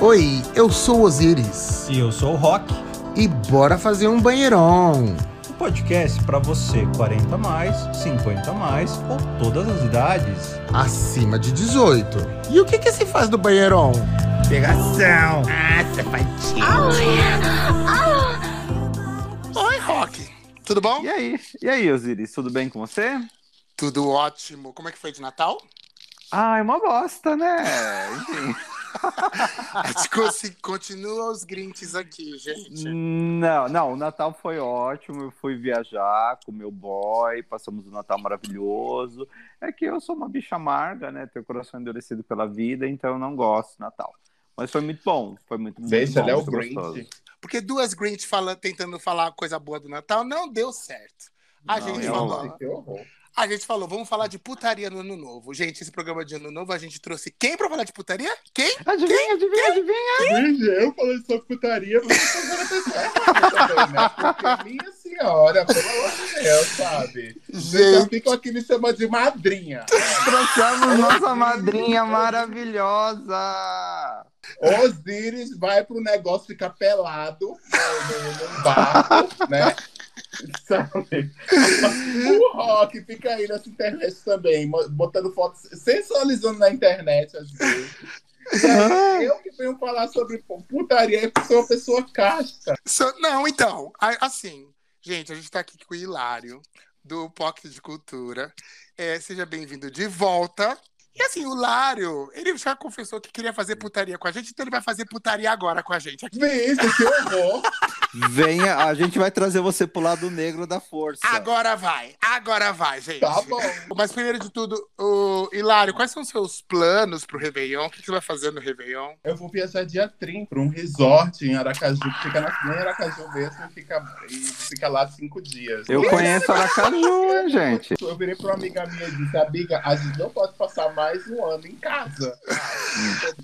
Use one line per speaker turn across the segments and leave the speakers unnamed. Oi, eu sou o Osiris
E eu sou o Rock,
e bora fazer um banheirão.
o podcast para você 40 mais, 50 mais ou todas as idades.
Acima de 18. E o que que se faz do banheirão?
Pegação!
Oi, Rock. Tudo bom?
E aí, e aí, Osiris, tudo bem com você?
Tudo ótimo. Como é que foi de Natal?
Ah, é uma bosta, né? Enfim.
A gente consi- Ah, continua os grintes aqui, gente.
Não, não, o Natal foi ótimo, eu fui viajar com meu boy, passamos um Natal maravilhoso. É que eu sou uma bicha amarga, né? Tenho o coração endurecido pela vida, então eu não gosto do Natal. Mas foi muito bom, foi muito, muito bom.
Deixa, ele é o
muito
Grinch.
gostoso.
Porque duas grintes fala- tentando falar coisa boa do Natal não deu certo. A
Não,
gente
eu-
falou.
Que horror.
A gente falou, vamos falar de putaria no ano novo. Gente, esse programa de ano novo a gente trouxe quem pra falar de putaria? Quem?
Adivinha, adivinha, adivinha!
Gente, eu falei sobre putaria, mas eu tô falando pessoa errada também, né? Porque, minha senhora, pelo amor de Deus, sabe? Eu
Gente,
fico aqui me chamando de madrinha.
Trouxemos nossa madrinha maravilhosa!
Osiris vai pro negócio ficar pelado né, num barco, né? Sabe? O Rock fica aí nessa internet também, mo- botando fotos, sensualizando na internet, às vezes. E aí, eu que venho falar sobre putaria e sou uma pessoa casta.
so- não, então, a- assim, gente, a gente tá aqui com o Hilário, do Pocket de Cultura. É, seja bem-vindo de volta. E assim, o Lário, ele já confessou que queria fazer putaria com a gente, então ele vai fazer putaria agora com a gente.
Tá Visto, que horror!
Venha, a gente vai trazer você pro lado negro da força.
Agora vai, agora vai, gente.
Tá bom.
Mas primeiro de tudo, o Hilário, quais são os seus planos pro Réveillon? O que que você vai fazer no Réveillon?
Eu vou viajar dia 30 para um resort em Aracaju, que fica na nem Aracaju mesmo, e fica, e fica lá cinco dias.
Eu conheço Aracaju, hein, gente?
Eu virei pra uma amiga minha e disse, amiga, a gente não pode passar mais um ano em casa.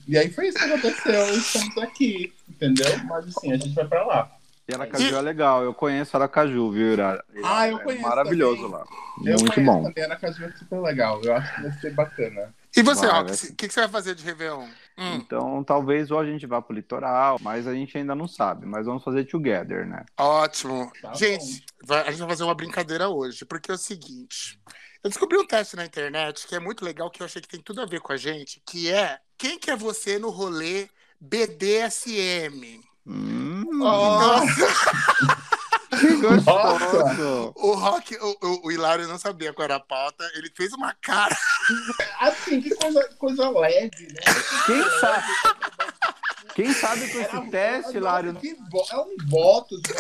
e aí foi isso que aconteceu, estamos aqui, entendeu? Mas assim, a gente vai pra lá.
E Aracaju é legal, eu conheço Aracaju, viu, Ira?
Ah, eu
É
conheço
Maravilhoso
também.
lá.
eu
Muito
conheço
bom.
também, Aracaju é super legal, eu acho que vai ser bacana.
E você,
Vai,
Rox,
vai.
o que, que você vai fazer de Réveillon? Hum,
Então, talvez ou a gente vá pro litoral, mas a gente ainda não sabe. Mas vamos fazer together, né?
ótimo.
Tá
gente, vai- a gente vai fazer uma brincadeira hoje, porque é o seguinte. Eu descobri um teste na internet que é muito legal, que eu achei que tem tudo a ver com a gente, que é quem que é você no rolê BDSM?
Hum,
Então, Nossa,
que gostoso!
Nossa.
o Rock, o, o, o Hilário não sabia qual era a pauta, ele fez uma cara.
Assim, que coisa, coisa leve, né?
Quem sabe? Quem sabe com
É
esse teste, Lário,
Que bo- É um voto. gente.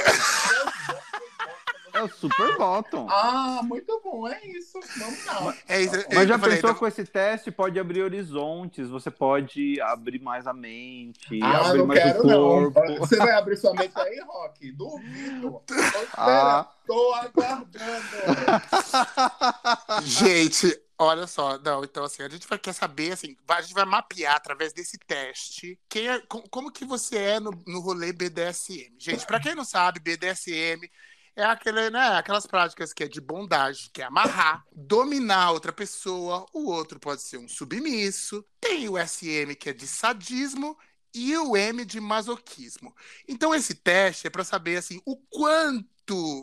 é o Super Bottom.
ah, muito bom, é isso. Vamos lá.
É isso, é isso
Mas
que
já
eu falei,
pensou
não-
com esse teste? Pode abrir horizontes, você pode abrir mais a mente,
Ah,
abrir
não
mais
quero
o
não.
corpo.
Você vai abrir sua mente aí, Rock? Duvido. Tô esperando.
Ah,
Tô aguardando.
Gente, olha só, não, então assim, a gente vai quer saber, assim, vai- a gente vai mapear através desse teste quem é- co- como que você é no, no rolê BDSM. Gente, pra quem não sabe, BDSM é aquele, né, aquelas práticas que é de bondade, que é amarrar, dominar outra pessoa, o outro pode ser um submisso, tem o SM que é de sadismo e o M de masoquismo. Então esse teste é para saber assim o quanto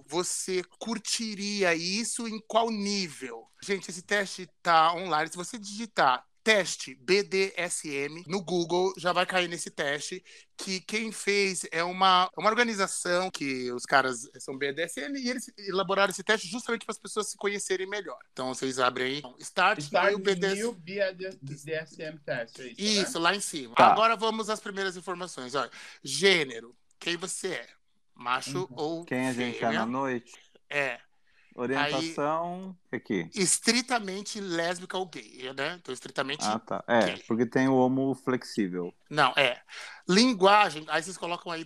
você curtiria isso em qual nível. Gente, esse teste tá online. Se você digitar teste BDSM no Google, já vai cair nesse teste que quem fez é uma, uma organização que os caras são BDSM e eles elaboraram esse teste justamente para as pessoas se conhecerem melhor. Então vocês abrem aí, Start,
Start
New BDSM.
New BDSM Test. É isso, né?
Isso, lá em cima.
Tá.
Agora vamos às primeiras informações. Olha, gênero, quem você é? Macho ou
quem a gente é
fêmea?
na noite?
É,
Orientação. Aqui.
estritamente lésbica ou gay, né? Então, estritamente...
Ah, tá. É,
Ok.
porque tem o homo flexível.
Não, é. Linguagem, aí vocês colocam aí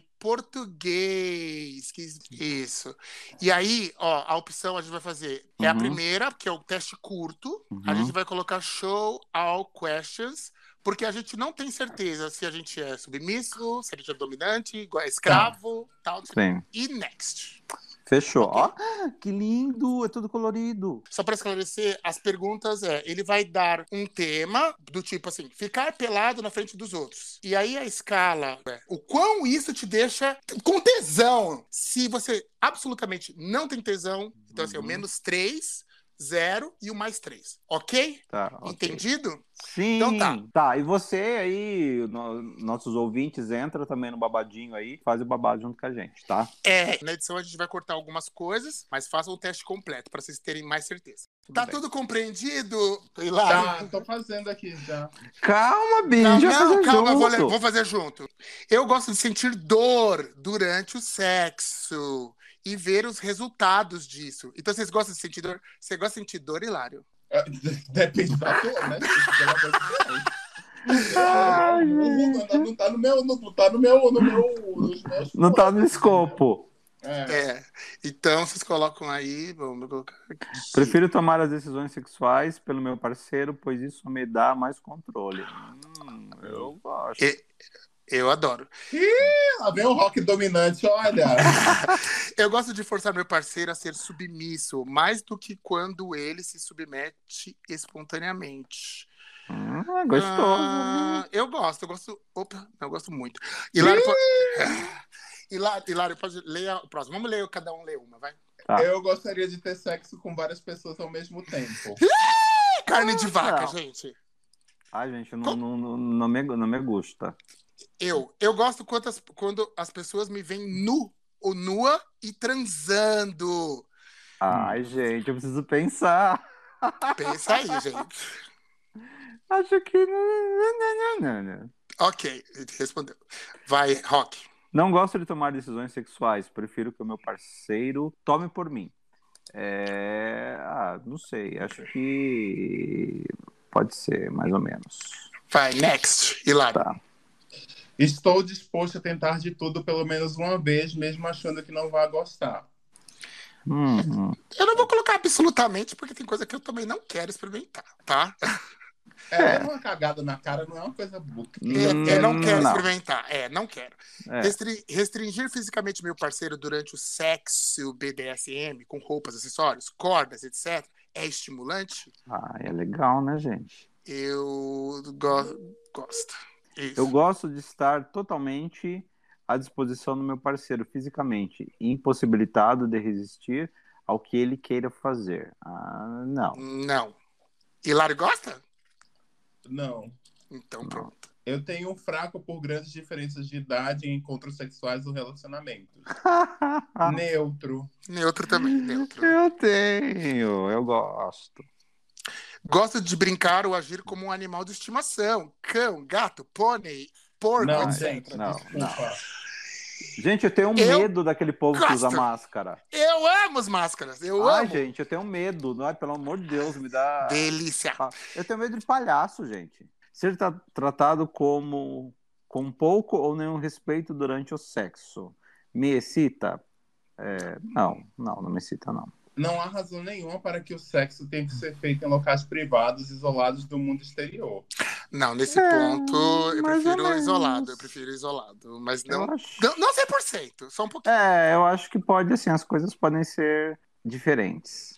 português. que- Isso. E aí, ó, a opção a gente vai fazer é a
Uhum.
primeira, que é o teste curto. A
Uhum.
gente vai colocar show all questions. Porque a gente não tem certeza se a gente é submisso, se a gente é dominante, igual- escravo, tal, é não sei
Sim.
e next.
Fechou. Ó, que lindo, é tudo colorido.
Só para esclarecer, as perguntas é: ele vai dar um tema do tipo assim, ficar pelado na frente dos outros. E aí a escala é o quão isso te deixa com tesão. Se você absolutamente não tem tesão, então
Uhum.
assim, é o menos 3, 0 e o mais 3. Ok?
Tá, ok.
Entendido?
Sim.
Então tá.
e você aí, no- nossos ouvintes, entra também no babadinho aí, faz o babado junto com a gente, tá?
É, na edição a gente vai cortar algumas coisas, mas façam o teste completo para vocês terem mais certeza. tá
bem.
tudo compreendido? Hilário?
Tá, tô fazendo aqui já.
Calma, bicho,
Não,
já
não,
fazer
calma, eu
junto.
vou, le- vou fazer junto. Eu gosto de sentir dor durante o sexo e ver os resultados disso. Então vocês gostam de sentir dor? Você gosta de sentir dor, Hilário?
É, Depende da dor, né? gente? Pelo amor de Deus.
Ai,
O Hugo não tá no meu, não tá no meu, no meu, nos meus
Não tá no escopo.
É.
É. Então vocês colocam aí. Vamos colocar aqui.
Prefiro tomar as decisões sexuais pelo meu parceiro, pois isso me dá mais controle. Hum, eu gosto.
E- Eu adoro.
Lá vem o rock dominante, olha.
Eu gosto de forçar meu parceiro a ser submisso, mais do que quando ele se submete espontaneamente.
Hum, é gostoso.
Ah, eu gosto, eu gosto. Opa, não, eu gosto muito. Hilário, po... Hilário, Hilário, pode ler a- o próximo. Vamos ler, cada um lê uma, vai.
Tá.
Eu gostaria de ter sexo com várias pessoas ao mesmo tempo.
Carne de vaca,
Não.
gente.
Ai, gente, não, não, não, não me, não me gusta.
Hum. Eu, eu gosto quando as, quando as pessoas me veem nu ou nua e transando.
Ai, gente, eu preciso pensar.
Pensa aí, gente.
Acho que. não- não- não- não- não.
Ok, respondeu. Vai, Rock.
Não gosto de tomar decisões sexuais. Prefiro que o meu parceiro tome por mim. É. Ah, não sei. Acho que. Pode ser, mais ou menos.
Vai, next. Hilário.
Tá.
Estou disposto a tentar de tudo pelo menos uma vez, mesmo achando que não vai gostar.
Hum, hum.
Eu não vou colocar absolutamente, porque tem coisa que eu também não quero experimentar, tá?
É,
É.
uma cagada na cara não é uma coisa boa.
É,
Hum,
é, não quero
não.
experimentar. É, não quero.
É.
Restri- restringir fisicamente meu parceiro durante o sexo BDSM, com roupas, acessórios, cordas, etc., é estimulante?
Ah, é legal, né, gente?
Eu go- gosto. Isso.
Eu gosto de estar totalmente à disposição do meu parceiro fisicamente, impossibilitado de resistir ao que ele queira fazer. Ah, não.
Não. Hilário gosta?
Não.
Então pronto.
Eu tenho um fraco por grandes diferenças de idade em encontros sexuais ou relacionamentos. Neutro.
Neutro também, neutro.
Eu tenho, eu gosto.
Gosto de brincar ou agir como um animal de estimação. Cão, gato, pônei, porco,
Não,
etc.
gente,
não,
desculpa.
Gente, eu tenho um
Eu
medo daquele povo que usa
gosto.
máscara.
Eu amo as máscaras, eu
Ai,
amo.
gente, eu tenho um medo. Ai, pelo amor de Deus, me dá.
Delícia.
Ah, Eu tenho medo de palhaço, gente. Ser tra- tratado como com pouco ou nenhum respeito durante o sexo. Me excita? É, não, não, não me excita, não.
Não há razão nenhuma para que o sexo tenha que ser feito em locais privados, isolados do mundo exterior.
Não, nesse
É,
ponto, eu
mais ou
prefiro
menos.
isolado, eu prefiro isolado. Mas não,
eu acho.
não, não 100%, só um pouquinho.
É, eu acho que pode, assim, as coisas podem ser diferentes.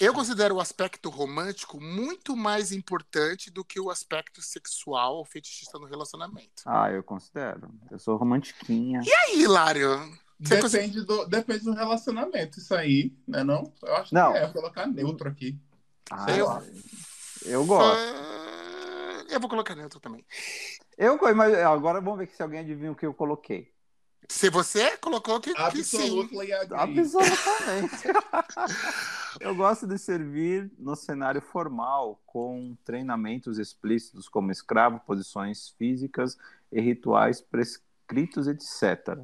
Eu considero o aspecto romântico muito mais importante do que o aspecto sexual ou fetichista no relacionamento.
Ah, eu considero. Eu sou romantiquinha.
E aí, Hilário? Você cons-
Depende do, depende do relacionamento, isso aí, né? Não? Eu acho
Não.
que é, vou colocar neutro aqui.
Ah,
Eu-
eu gosto.
Ah, Eu vou colocar neutro também.
Eu, co- mas agora vamos ver se alguém adivinha o que eu coloquei.
Se você colocou que, que sim.
Absolutely agree.
Absolutamente. É Eu gosto de servir no cenário formal, com treinamentos explícitos como escravo, posições físicas e rituais prescritos, etc.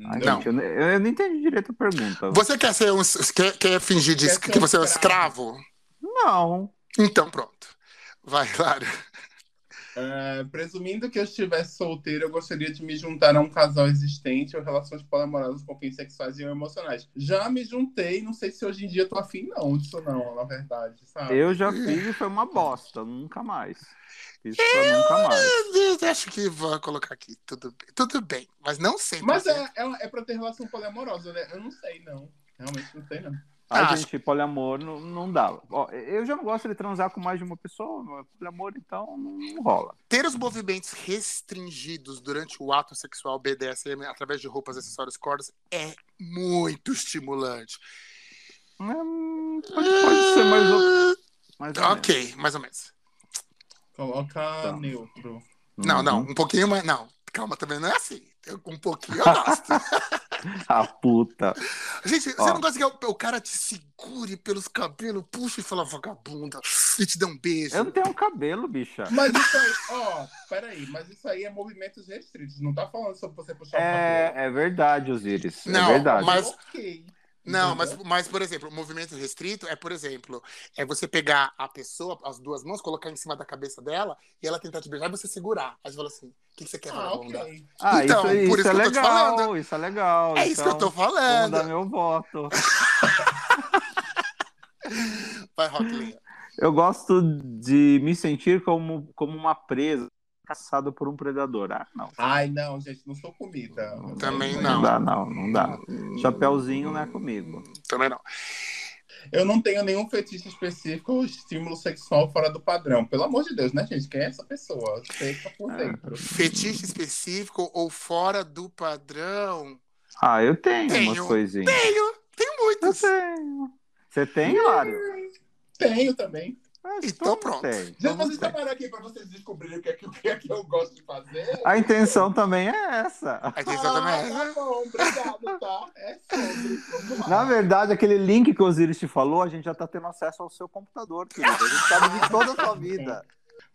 Ai,
Não.
gente, eu, eu- eu não entendi direito a pergunta.
Você quer ser um. Quer, quer fingir de,
Quer ser
que você é um
um
escravo?
Não.
Então pronto. Vai, Hilário.
É, presumindo que eu estivesse solteiro, eu gostaria de me juntar a um casal existente ou relações poliamorosas com fins sexuais e emocionais. Já me juntei, não sei se hoje em dia tô afim, não, disso não, na verdade, sabe?
Eu já fiz e foi uma bosta. Nunca mais. Fiz foi nunca mais.
Eu Acho que vou colocar aqui. Tudo, bem- tudo bem. Mas não sempre.
é Mas é, é, é pra ter relação poliamorosa, né? Eu não sei, não. Realmente não sei, não.
Ai,
Ah,
gente, poliamor não, não dá. Ó, eu já não gosto de transar com mais de uma pessoa, mas poliamor então não rola.
Ter os movimentos restringidos durante o ato sexual BDSM através de roupas, acessórios, cordas é muito estimulante.
Hum, Pode, pode ser mais ou, mais ou menos.
Então, Ok, mais ou menos.
Coloca
Tá.
neutro.
Não, não,
Uhum.
um pouquinho mais. Não, calma, também não é assim. Eu- Um pouquinho eu gosto.
A puta.
Gente, você
Ó.
não gosta que o, o cara te segure pelos cabelos, puxa e fala vagabunda, e te dê um beijo.
Eu não tenho um cabelo, bicha.
Mas isso aí, ó, peraí, mas isso aí é movimentos restritos. Não tá falando sobre você puxar o cabelo.
É, é verdade, Osiris.
Não,
é verdade.
mas-
Ok.
Não, mas,
Entendeu?
mas, por exemplo, o movimento restrito é, por exemplo, é você pegar a pessoa, as duas mãos, colocar em cima da cabeça dela e ela tentar te beijar e você segurar. Aí você fala assim: o que, que você quer,
Ah,
vagabunda?
ok.
Ah,
Então,
isso, isso
por isso
é
que eu tô te
legal,
falando.
isso é legal.
É isso que eu tô
então, Vou dar
falando.
meu voto.
Vai, Rocklinha.
Eu gosto de me sentir como, como uma presa caçada por um predador. Ah, não.
Ai, não, gente, não sou comida.
Também
Eu-
não.
dá, não, não dá. Chapeuzinho não é comigo.
Hum, Também não.
Eu não tenho nenhum fetiche específico ou estímulo sexual fora do padrão. Pelo amor de Deus, né, gente? Quem é essa pessoa? Você que tá por
Ah,
dentro.
Fetiche específico ou fora do padrão?
Ah, eu tenho,
Tenho.
umas coisinhas.
Tenho, tenho
Eu
muitos.
tenho. Você tem, Hilário?
Tenho também.
Ah,
Então
todo
pronto.
tem,
Gente,
todo
vocês
tem.
trabalham aqui pra vocês descobrirem o que é que, o que, é que eu gosto de fazer.
A intenção também é essa.
A intenção também é
Ah, tá bom, obrigado, tá? É sobre. Vamos lá.
Na verdade, aquele link que o Osiris te falou, a gente já tá tendo acesso ao seu computador, querido. A gente sabe de toda a sua vida.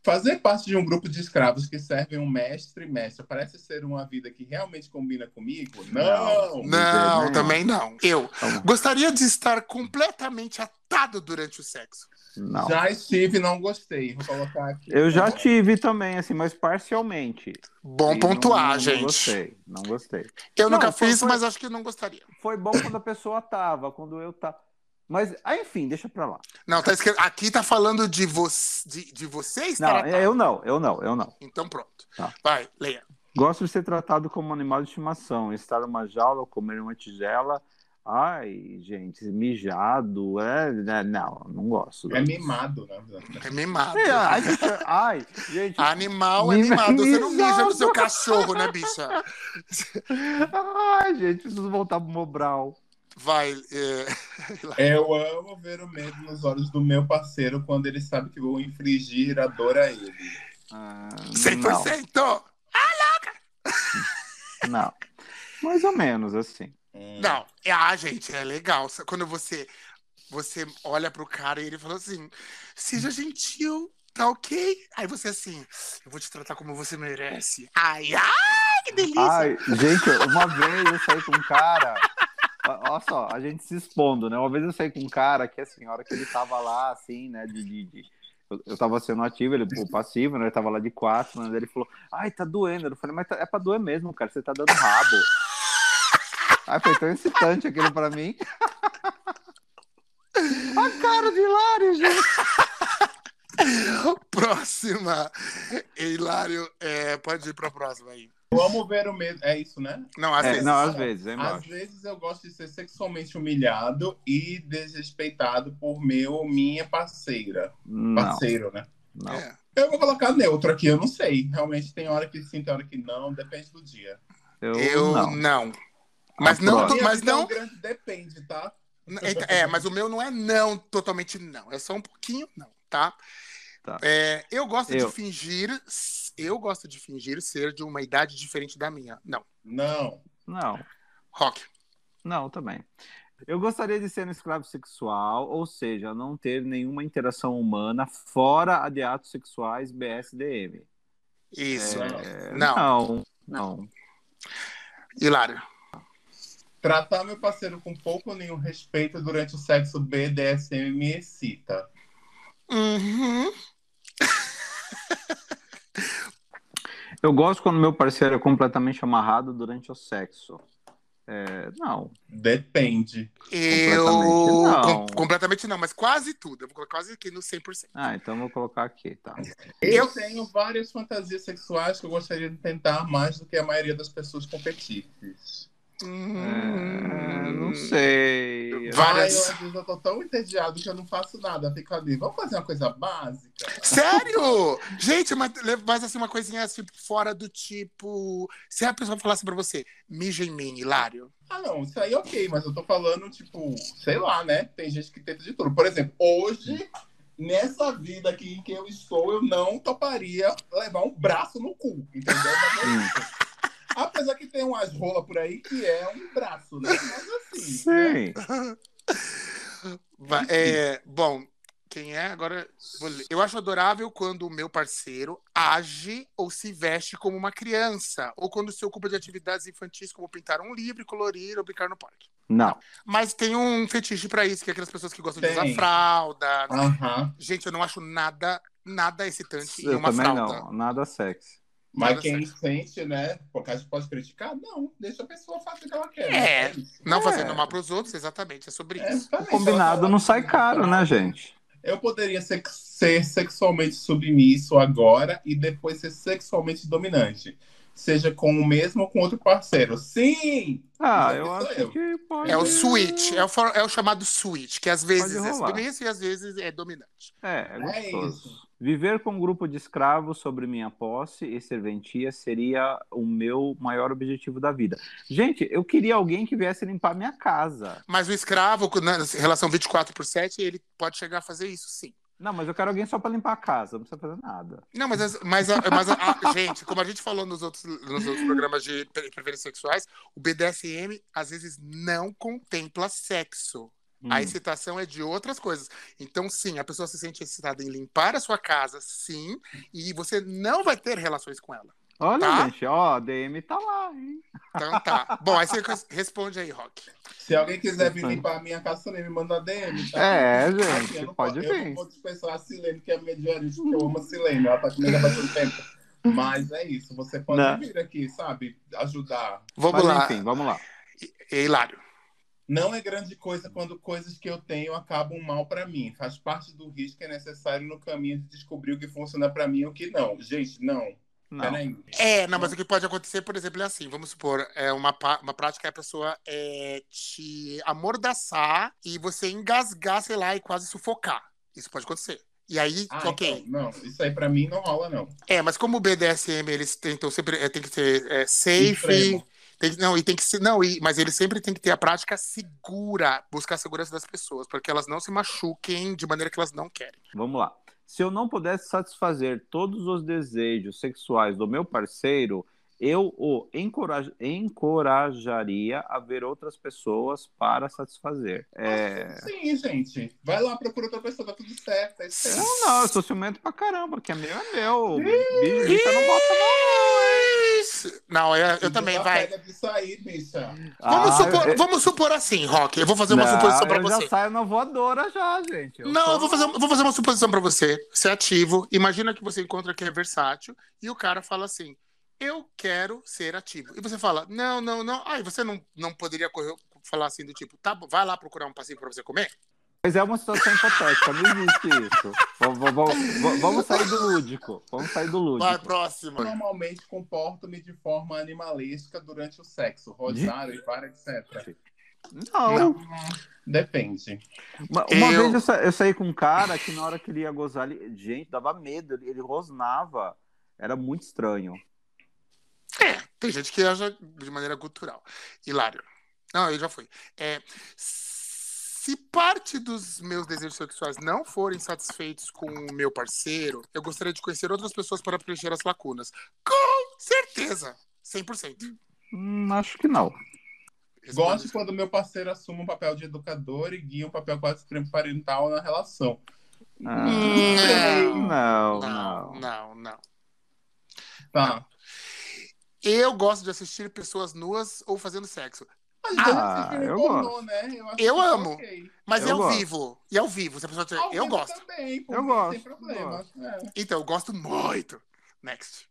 Fazer parte de um grupo de escravos que servem um mestre e mestre parece ser uma vida que realmente combina comigo? Não!
Não. né?
Não,
Não.
também não. Eu gostaria de estar completamente atado durante o sexo.
Não.
Já estive, não gostei. Vou colocar aqui.
Eu já
Tá
tive também, assim, mas parcialmente.
Bom
E
pontuar,
não-
gente.
Não gostei, não gostei.
Eu
Não,
nunca
foi-
fiz,
foi-
mas acho que não gostaria.
Foi bom quando a pessoa tava, quando eu tava. Mas, ah, enfim, deixa pra lá.
Não, tá escrito. Aqui tá falando de você, de, de você estar
Não,
atado.
eu não, eu não, eu não.
Então pronto.
Tá.
Vai, leia.
Gosto de ser tratado como um animal de estimação, estar numa jaula, comer uma tigela. Ai, gente, mijado, é, né, não, não gosto.
bom. É mimado, né?
É mimado.
É, ai, gente, ai, gente,
Animal é
Mim-
mimado. Você não
mimado.
mija no seu cachorro, né, bicha?
ai, gente, preciso voltar pro Mobral.
Vai. é,
Eu amo ver o medo nos olhos do meu parceiro quando ele sabe que vou infligir a dor a ele.
Ah,
100%!
não, não, mais ou menos assim.
Hum.
Não. É, Ah, gente, é legal. Quando você, você olha pro cara e ele fala assim: seja gentil, tá ok? Aí você assim: eu vou te tratar como você merece. Ai, ai, que delícia!
Ai, gente, uma vez eu saí com um cara. ó- Olha só, a gente se expondo, né? Uma vez eu saí com um cara que, assim, a hora que ele tava lá, assim, né? De, de- de- Eu, eu tava sendo ativo, ele o passivo, né? Ele tava lá de quatro, né? daí Ele falou, ai, tá doendo. Eu falei, mas tá- é pra doer mesmo, cara, você tá dando rabo. Ai, foi tão excitante aquilo pra mim. a cara de Hilário, gente.
Próxima. Hilário, é, pode ir pra próxima aí.
Eu amo ver o medo. É isso, né?
Não, às
É,
vezes.
não, às vezes, é
Às
embaixo.
vezes eu gosto de ser sexualmente humilhado e desrespeitado por meu ou minha parceira.
Não,
Parceiro, né?
não.
É.
Eu vou colocar neutro aqui, eu não sei. Realmente tem hora que sim, tem hora que não, depende do dia.
Eu,
É, Eu
não.
não. Mas
A
não,
próxima.
to- mas
Minha visão
não.
grande depende, tá?
Eita, É, mas o meu não é não, totalmente não. É só um pouquinho não, tá?
Tá.
É, eu gosto
Eu.
de fingir. Eu gosto de fingir ser de uma idade diferente da minha. Não.
Não.
Não.
Rock.
Não, também. Eu gostaria de ser um escravo sexual, ou seja, não ter nenhuma interação humana fora a de atos sexuais BSDM.
Isso.
É.
Não.
Não, não.
Hilário.
Tratar meu parceiro com pouco ou nenhum respeito durante o sexo BDSM me excita.
Uhum.
Eu gosto quando meu parceiro é completamente amarrado durante o sexo. É, não.
Depende.
Eu.
Completamente não.
com- completamente não, mas quase tudo. Eu vou colocar quase aqui no 100%.
Ah, então vou colocar aqui, tá?
Eu tenho várias fantasias sexuais que eu gostaria de tentar mais do que a maioria das pessoas com fetiches.
É, não sei.
Uhum. Várias.
Ai, eu, às vezes eu tô tão entediado que eu não faço nada. Eu Fico ali, vamos fazer uma coisa básica?
Sério? Gente, mas, mas assim, uma coisinha assim, fora do tipo. Se a pessoa falasse pra você, mija em mim, Hilário.
Ah, não, isso aí é ok, mas eu tô falando, tipo, sei lá, né? Tem gente que tenta de tudo. Por exemplo, hoje, nessa vida aqui em que eu estou, eu não toparia levar um braço no cu, entendeu? Mas é
Assim,
isso. Apesar que tem umas rolas por aí que é um braço, né? Mas assim, né?
Sim.
Va- é, bom, quem é? Agora. vou ler. Eu acho adorável quando o meu parceiro age ou se veste como uma criança, ou quando se ocupa de atividades infantis como pintar um livro, e colorir ou brincar no parque.
Não.
Mas tem um fetiche pra isso, que é aquelas pessoas que gostam de usar
Tem.
fralda.
Aham.
Gente, eu não acho nada, nada excitante em
Eu
uma
também
fralda.
não. Nada sexy.
Mas
Nada
quem sente, né? Porque a gente pode criticar? Não, deixa a pessoa fazer o que ela quer.
É.
né? isso.
Não
É.
fazendo mal pros outros, exatamente, é sobre
É,
isso.
também, se ela
Combinado
falar
não
que
sai caro, né, gente?
Eu poderia ser, ser sexualmente submisso agora e depois ser sexualmente dominante. Seja com o mesmo ou com outro parceiro. Sim!
Ah,
Isso
eu
sou
acho
eu.
que pode.
É o switch, é o, for- é o chamado switch, que às vezes é
rolar.
submisso e às vezes é dominante.
É, é
É
gostoso.
isso.
Viver com um grupo de escravos sobre minha posse e serventia seria o meu maior objetivo da vida. Gente, eu queria alguém que viesse limpar minha casa.
Mas o escravo, na relação 24 por 7, ele pode chegar a fazer isso, sim.
Não, mas eu quero alguém só pra limpar a casa, não precisa fazer nada.
Não, mas, as- mas, a- mas a- a- gente, como a gente falou nos outros, nos outros programas de pre- preferências sexuais, o BDSM às vezes não contempla sexo. A
Hum.
excitação é de outras coisas. Então, sim, a pessoa se sente excitada em limpar a sua casa, sim, e você não vai ter relações com ela.
Olha,
Tá.
gente, ó, a DM tá lá, hein?
Então tá. Bom, aí você res- responde aí, Rock.
Se alguém quiser vir limpar a minha casa também, me manda DM. Tá?
É,
Assim,
gente,
eu não
pode
po- Eu não
vir.
vou dispensar a Silene, que é a minha diarista, que eu amo a Silene. Ela tá comigo há bastante tempo. Mas é isso, você pode
Não.
vir aqui, sabe? Ajudar.
Vamos
Mas,
lá.
enfim, vamos lá.
E- Hilário.
Não é grande coisa quando coisas que eu tenho acabam mal pra mim. Faz parte do risco que é necessário no caminho de descobrir o que funciona pra mim e o que não. Gente, não.
Não.
Peraí.
É, não, mas o que pode acontecer, por exemplo, é assim, vamos supor, é uma, pa- uma prática é a pessoa é, te amordaçar e você engasgar, sei lá, e quase sufocar. Isso pode acontecer. E aí,
Ah,
ok.
então, não, isso aí pra mim não rola, não.
É, mas como o BDSM, eles tentam sempre, é, tem que ser é, safe,
Extremo.
tem que- não, e tem que ser, não, e- mas eles sempre tem que ter a prática segura, buscar a segurança das pessoas, para que elas não se machuquem de maneira que elas não querem.
Vamos lá. Se eu não pudesse satisfazer todos os desejos sexuais do meu parceiro, eu o encoraj- encorajaria a ver outras pessoas para satisfazer. É...
Sim, gente. Vai lá, procura outra pessoa, tá tudo certo. É isso aí.
Não, não, eu sou ciumento pra caramba, que é meu é meu. Bicho, bicho,
Então
eu não gosto
Não, eu, eu
Você
também,
já
vai.
pega disso aí, bicha.
não.
Vamos,
Ah,
supor,
eu-
vamos supor assim, Rock. Eu vou fazer uma
Não,
suposição pra
eu
você.
já saio na voadora já, gente.
Não,
sou-
eu vou fazer, vou fazer uma suposição pra você. Você é ativo. Imagina que você encontra que é versátil e o cara fala assim: Eu quero ser ativo. E você fala: Não, não, não. Aí você não, não poderia correr- falar assim do tipo: Tá, bom, vai lá procurar um passeio pra você comer?
Mas é uma situação hipotética, não existe isso. Vamos- vamos- vamos- vamos sair do lúdico. Vamos sair do lúdico.
Vai, próxima.
Normalmente comporto-me de forma animalesca durante o sexo, rosário e para, etc.
Não,
Depende.
Uma, uma
Eu-
vez eu, sa- eu saí com um cara que na hora que ele ia gozar, ele- gente, dava medo, ele, ele rosnava. Era muito estranho.
Tem gente que acha de maneira cultural. Hilário. Não, eu já fui. É, se parte dos meus desejos sexuais não forem satisfeitos com o meu parceiro, eu gostaria de conhecer outras pessoas para preencher as lacunas. Com certeza. 100%.
Hum, acho que não.
Gosto quando meu parceiro assume um papel de educador e guia um papel quase extremo parental na relação.
Ah,
Hum,
não,
Não, Não,
não.
não, não.
Tá.
Eu gosto de assistir pessoas nuas ou fazendo sexo.
A gente
Ah,
assiste filme
eu
pornô,
gosto.
né? Eu, acho
Eu
que tá
amo.
ok.
Mas
Eu
é ao
gosto.
vivo. E ao vivo. Se a pessoa...
Ao
Eu
vivo então.
gosto.
Também, por
Eu
mim,
gosto,
Sem problema. É.
Então, eu gosto muito. Next.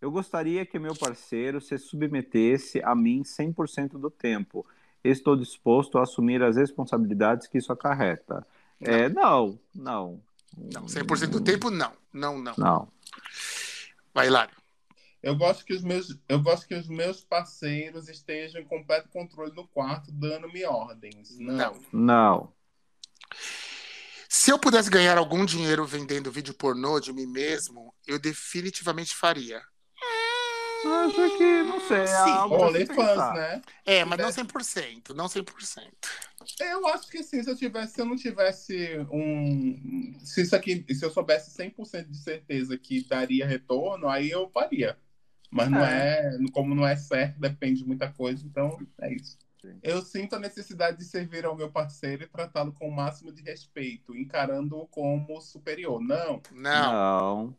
Eu gostaria que meu parceiro se submetesse a mim 100% do tempo. Estou disposto a assumir as responsabilidades que isso acarreta. É, não, não. Hum.
Não, 100% do tempo, não. Não, não.
Não.
Vai, Hilário.
Eu gosto que os meus, eu gosto que os meus parceiros estejam em completo controle no quarto, dando-me ordens. Não.
Não.
Não.
Se eu pudesse ganhar algum dinheiro vendendo vídeo pornô de mim mesmo, eu definitivamente faria.
Acho que, não sei.
Sim.
É algo pra se pensar.
OnlyFans, né?
É, mas não 100%, não 100%.
Eu acho que sim, se eu tivesse, se eu não tivesse um. Se isso aqui, se eu soubesse 100% de certeza que daria retorno, aí eu faria. Mas não é. como não é certo, depende de muita coisa, então é isso.
Sim.
Eu sinto a necessidade de servir ao meu parceiro e tratá-lo com o máximo de respeito, encarando-o como superior. Não,
Não.
Não.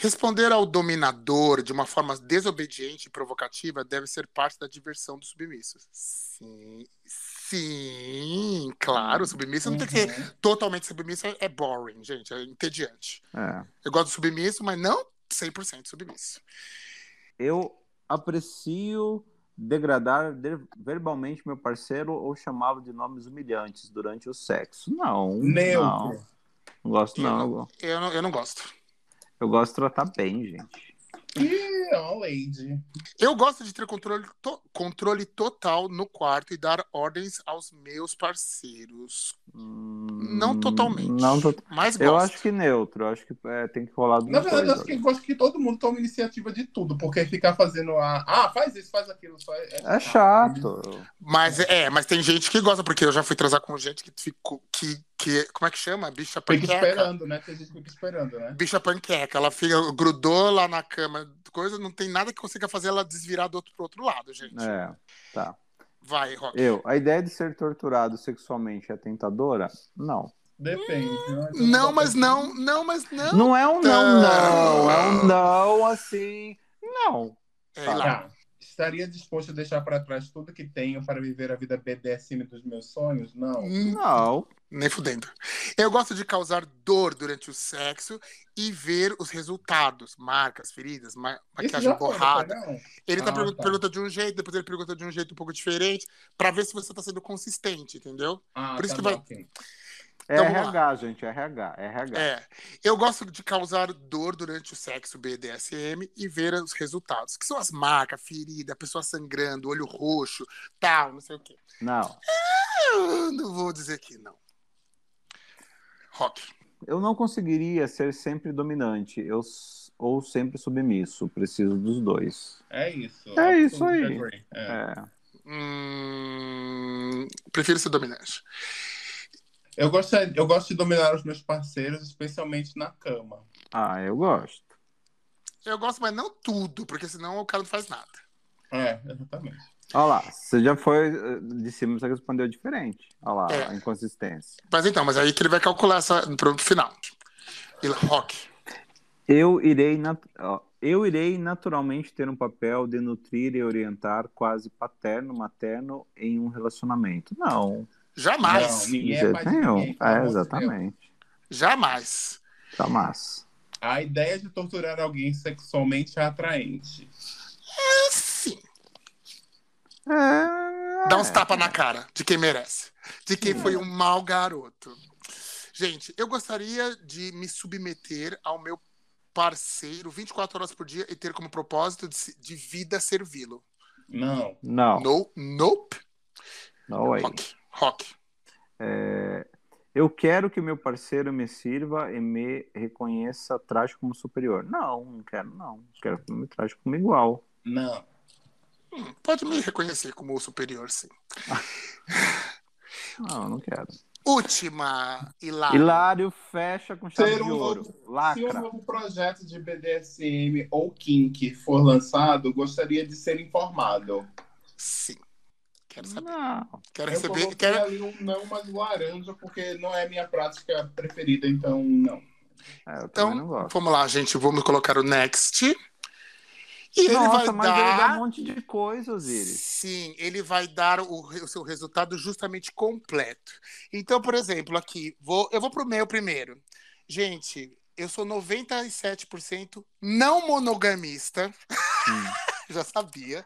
Responder ao dominador de uma forma desobediente e provocativa deve ser parte da diversão dos submissos. Sim, sim, claro, submisso não tem que ser
Uhum.
totalmente submisso, é- é boring, gente, é entediante.
É.
Eu gosto de submisso, mas não 100% submisso.
Eu aprecio degradar de- verbalmente meu parceiro ou chamá-lo de nomes humilhantes durante o sexo. Não.
Neutro.
Não, não gosto, não. Eu, go-
Eu não, eu não gosto.
eu gosto de tratar bem, gente.
Ih, ó, é Lady.
Eu gosto de ter controle, to- controle total no quarto e dar ordens aos meus parceiros.
Hum,
Não totalmente,
Não to-
mas gosto.
Eu acho que neutro. Eu acho que é, tem que rolar dos
Na verdade, eu
dois,
acho que, eu acho que todo mundo toma iniciativa de tudo, porque ficar fazendo a. Ah, faz isso, faz aquilo. Só é,
É chato.
Mas é, mas tem gente que gosta, porque eu já fui transar com gente que ficou. Que, que, como é que chama? Bicha
Fica
panqueca.
esperando, né? Tem gente que fica esperando, né?
Bicha panqueca. Ela fica, grudou lá na cama, coisa, não tem nada que consiga fazer ela desvirar do outro, pro outro lado, gente.
É, tá.
Vai, Rock.
Eu, a ideia de ser torturado sexualmente é tentadora? Não.
Depende.
Hum.
né?
Não, mas não, não, mas não.
Não é um não, não. É um não, assim. Não.
É,
Tá.
lá.
Tá. Estaria disposto a deixar pra trás tudo que tenho para viver a vida BDSM dos meus sonhos? Não.
Hum,
Não.
Nem fudendo. Eu gosto de causar dor durante o sexo e ver os resultados. Marcas, feridas, ma
Isso
maquiagem
já foi, né,
borrada.
não foi, não?
Ele tá
Ah,
pergun-
tá.
pergunta de um jeito, depois ele pergunta de um jeito um pouco diferente, pra ver se você tá sendo consistente, entendeu?
Ah,
Por isso
tá
que
bom,
vai-
ok.
É
Então, vamos
RH, gente. é RH. é RH.
É. Eu gosto de causar dor durante o sexo BDSM e ver os resultados, que são as marcas, ferida, pessoa sangrando, olho roxo, tal, não sei o quê.
Não.
Eu não vou dizer que não. Rock.
Eu não conseguiria ser sempre dominante eu, s- ou sempre submisso. Preciso dos dois.
É isso.
É isso aí.
Agree. É.
É.
Hum, prefiro ser dominante.
Eu, gosto, eu gosto de dominar os meus parceiros, especialmente na cama.
Ah, eu gosto.
Eu gosto, mas não tudo, porque senão o cara não faz nada.
É, exatamente.
Olha lá. Você já foi eh, de cima, você respondeu diferente. Olha lá,
É.
a inconsistência.
Mas então, mas aí que ele vai calcular essa pro final. E lá, Rock.
Eu irei, nat- ó, eu irei naturalmente ter um papel de nutrir e orientar quase paterno, materno em um relacionamento. Não,
Não,
Jamais.
ninguém
de
é
jeito
mais
nenhum.
ninguém, pelo amor
é,
de
exatamente.
Jamais.
Tá massa.
A ideia de torturar alguém sexualmente é atraente.
Sim.
É...
Dá
um
uns tapas na cara de quem merece. De quem foi um mau garoto. Gente, eu gostaria de me submeter ao meu parceiro 24 horas por dia e ter como propósito de, se- de vida servi-lo.
Não.
Não,
No, nope.
um
não é.
Rock. Rock.
Eu quero que meu parceiro me sirva e me reconheça traje como superior. Não, não quero, não. Quero que me traje como igual.
Não.
Hum, Pode me reconhecer como superior, sim.
Não, não quero.
Última, Hilário.
Hilário fecha com chave
Ser
de
um
ouro.
Se um
Lacra.
novo projeto de BDSM ou kink for lançado, gostaria de ser informado.
Sim. Quero saber.
Não.
Quero
Hum. Eu
receber.
coloquei
Quero,
ali um não, mas laranja, porque não é minha prática preferida, então não.
É, eu
Então,
também não gosto.
Vamos lá, gente. Vamos colocar o next. E ele
Nossa,
vai
mas ele dá um
dar.
monte de coisa, Osiris.
Sim, ele vai dar o, re- o seu resultado justamente completo. Então, por exemplo, aqui, vou, eu vou pro meu primeiro. Gente, eu sou 97% não monogamista. Já sabia.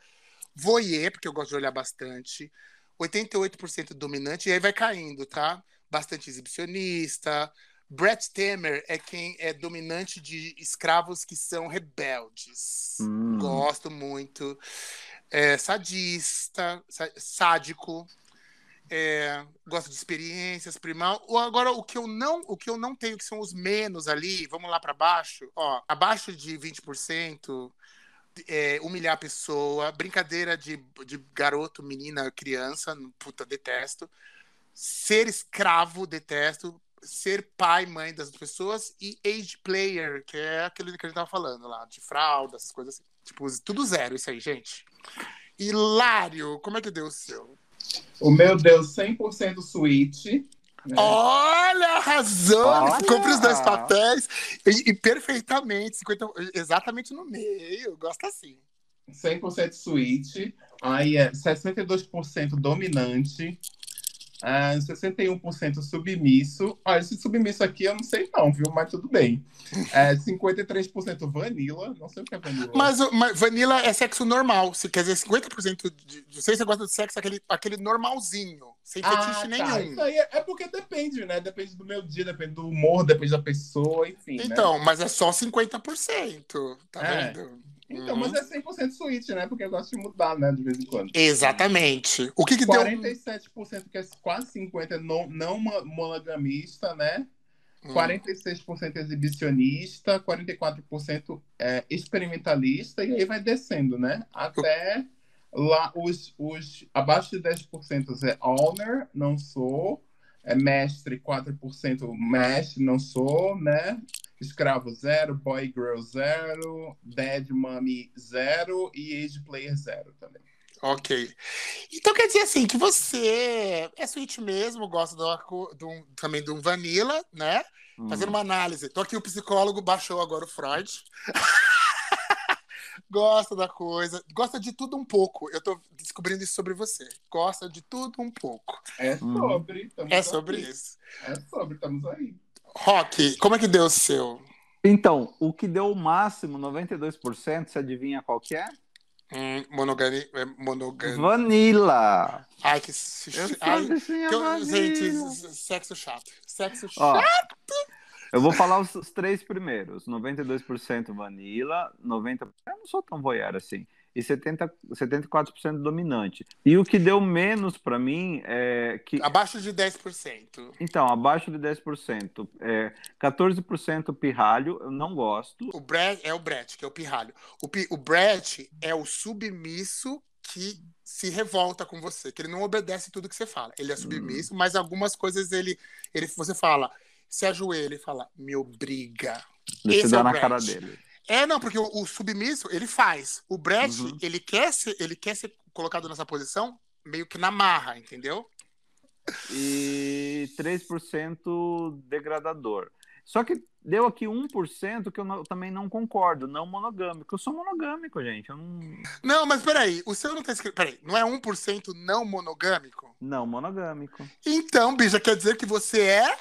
Voyeur, porque eu gosto de olhar bastante. 88% dominante, e aí vai caindo, tá? Bastante exibicionista, Brett Temer é quem é dominante de escravos que são rebeldes.
Hum.
Gosto muito. É sadista, sa- sádico. É, gosto de experiências, primal. Ou agora o que eu não, o que eu não tenho que são os menos ali, vamos lá para baixo, ó, abaixo de 20% é, humilhar a pessoa, brincadeira de, de garoto, menina, criança, puta, detesto. Ser escravo, detesto. Ser pai, mãe das pessoas e age player, que é aquele que a gente tava falando lá, de fralda, essas coisas assim. Tipo, tudo zero isso aí, gente. Hilário, como é que deu o seu?
O meu Deus, 100% suíte. né?
Oh. Olha, arrasou!
Olha!
Compre os dois papéis e, e perfeitamente, 50, exatamente no meio, gosta assim.
100% suíte. Aí é 62% dominante. ah, 61% submisso. Olha, esse submisso aqui eu não sei não, viu? Mas tudo bem. É, 53% vanilla. Não sei o que é vanilla.
Mas, o- mas vanilla é sexo normal. Se, quer dizer, 50% de, de vocês você gosta de sexo aquele, aquele normalzinho, sem fetiche
tá.
nenhum.
Isso aí é, é porque depende, né? Depende do meu dia, depende do humor, depende da pessoa, enfim. né?
Então, mas é só 50%, tá
É.
vendo?
Então,
Uhum.
mas é 100% suíte, né? Porque eu gosto de mudar, né? De vez em quando.
Exatamente. O que que deu? um
47%, que é quase 50%, não, não mo- monogamista, né?
Hum.
46% exibicionista, 44% é, experimentalista, e aí vai descendo, né? Até lá, os, os abaixo de 10% é honor, não sou, é mestre, 4% mestre, não sou, né? Escravo zero, boy girl zero, dead mommy zero e age player zero também.
Ok. Então quer dizer assim, que você é suíte mesmo, gosta do, arco- de um- também de um vanilla, né?
Hum.
Fazendo uma análise. Tô aqui, o psicólogo baixou agora o Freud. gosta da coisa, gosta de tudo um pouco. Eu tô descobrindo isso sobre você. Gosta de tudo um pouco.
É sobre.
Hum,
tamo
É
aí.
sobre isso.
É sobre, estamos aí.
Rock, como é que deu o seu?
Então, o que deu o máximo, 92%, você adivinha qual que é?
Hum, monogami... é, monogami-
Vanilla.
Ai, que... se-
Eu sou
Ai,
bichinha
que eu... Gente,
vanilla.
s- sexo chato. Sexo
Ó,
chato.
eu vou falar os, os três primeiros. 92% vanilla, 90%... Eu não sou tão voyeur assim. E 70, 74% dominante. E o que deu menos pra mim é que...
Abaixo de 10%.
Então, abaixo de 10%. É, 14% pirralho, eu não gosto.
O Brett é o Brett, que é o pirralho. O, pi- o Brett é o submisso que se revolta com você, que ele não obedece tudo que você fala. Ele é submisso, mas algumas coisas ele, ele você fala, se ajoelha e fala, me obriga.
Deixa eu
Esse é
dar
o
na
Brad.
cara dele.
É, não, porque o, o submisso, ele faz. O Brett,
Uhum.
ele, quer ser, ele quer ser colocado nessa posição meio que na marra, entendeu?
e 3% degradador. Só que deu aqui 1% que eu não- também não concordo, não monogâmico. Eu sou monogâmico, gente. Eu não,
Não, mas peraí, o seu não tá escrito. Peraí, não é 1% não monogâmico?
não monogâmico.
Então, Bija, quer dizer que você é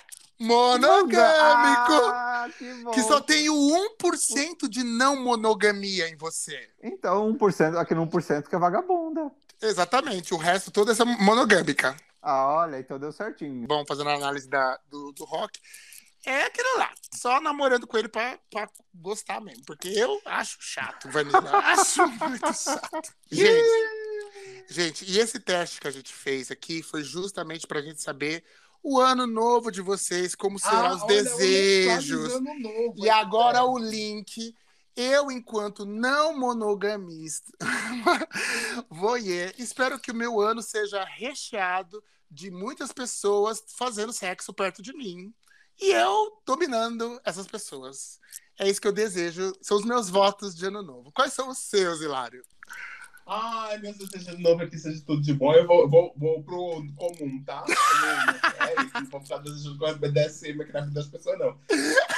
monogâmico!
Ah, que bom.
que só tem o 1% de não monogamia em você.
Então, 1%, aquele 1% que é vagabunda.
Exatamente, o resto todo é essa monogâmica.
Ah, olha, então deu certinho.
Bom, fazendo a análise da, do, do rock, é aquilo lá, só namorando com ele pra, pra gostar mesmo, porque eu acho chato, Vanilla, acho muito chato. Gente, gente, e esse teste que a gente fez aqui foi justamente pra gente saber o ano novo de vocês, como
Ah,
serão os desejos.
um
E
é.
agora o link. Eu, enquanto não monogamista, voyeur, espero que o meu ano seja recheado de muitas pessoas fazendo sexo perto de mim. E eu dominando essas pessoas. É isso que eu desejo. São os meus votos de ano novo. Quais são os seus, Hilário?
Ai, meu Deus, seja de novo aqui, seja tudo de bom. Eu vou, vou, vou pro comum, tá? É isso, não vou ficar desejando com as BDSM aqui na vida das pessoas, não.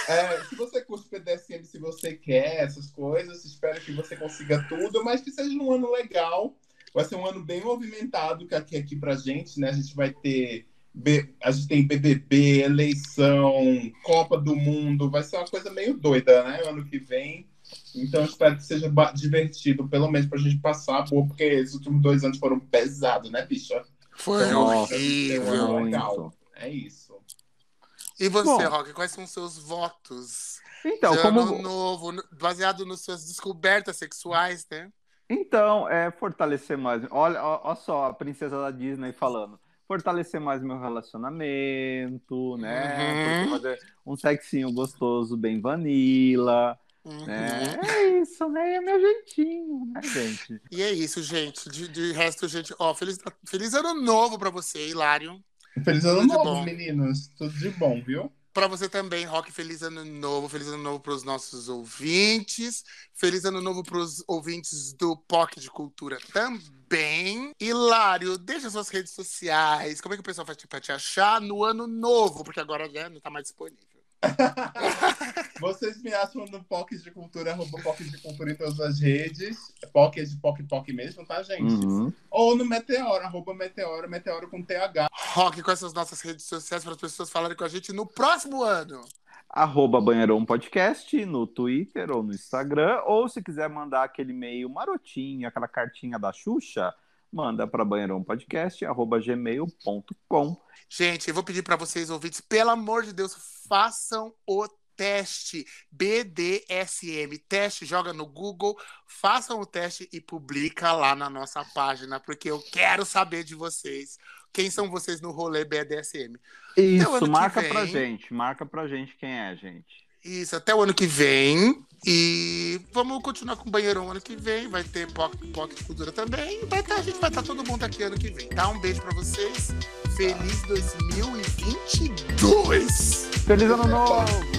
É, se você curte BDSM, se você quer essas coisas, espero que você consiga tudo, mas que seja um ano legal. Vai ser um ano bem movimentado que aqui, aqui pra gente, né? A gente vai ter. B- A gente tem BBB, eleição, Copa do Mundo, vai ser uma coisa meio doida, né? Ano que vem. Então, espero que seja ba- divertido, pelo menos pra gente passar, pô, porque esses últimos dois anos foram pesados, né, bicha?
Foi
Nossa,
horrível.
horrível.
muito.
É isso.
E você,
Bom.
Rock, quais são os seus votos?
Então,
de ano
como,
novo, no- baseado nas suas descobertas sexuais, né?
então, é fortalecer mais. Olha, ó, ó só a princesa da Disney falando. Fortalecer mais meu relacionamento, né?
Uhum.
Fazer um sexinho gostoso, bem vanilla, né? É isso, né? É meu jeitinho, né, gente?
E é isso, gente. De, de resto, gente, ó, feliz, feliz ano novo pra você, Hilário.
Feliz ano
Tudo de
novo,
bom.
meninos. Tudo de bom, viu?
Pra você também, Rock, feliz ano novo. Feliz ano novo pros nossos ouvintes. Feliz ano novo pros ouvintes do POC de Cultura também. Hilário, deixa suas redes sociais. Como é que o pessoal faz pra te achar no ano novo? Porque agora né, não tá mais disponível.
Vocês me acham no POC de Cultura, arroba POC de Cultura em todas as redes. POC é de POC POC mesmo, tá, gente?
Uhum.
Ou no Meteoro, arroba Meteoro, Meteoro com TH.
Rock, quais são as nossas redes sociais para as pessoas falarem com a gente no próximo ano?
arroba Banheirão Podcast no Twitter ou no Instagram, ou se quiser mandar aquele e-mail marotinho, aquela cartinha da Xuxa, manda para banheirãopodcast, arroba gmail.com.
Gente, eu vou pedir para vocês, ouvintes, pelo amor de Deus, façam o teste BDSM. Teste, joga no Google, façam o teste e publica lá na nossa página, porque eu quero saber de vocês. Quem são vocês no rolê BDSM? Então, ano
Isso,
que
marca
vem-
pra gente, marca pra gente quem é, gente.
Isso, até o ano que vem. E vamos continuar com o banheirão ano que vem. Vai ter Poc- Poc de Cultura também. E Vai tá- a gente vai estar todo mundo aqui ano que vem. Tá? Um beijo pra vocês. Feliz 2022!
Feliz ano novo!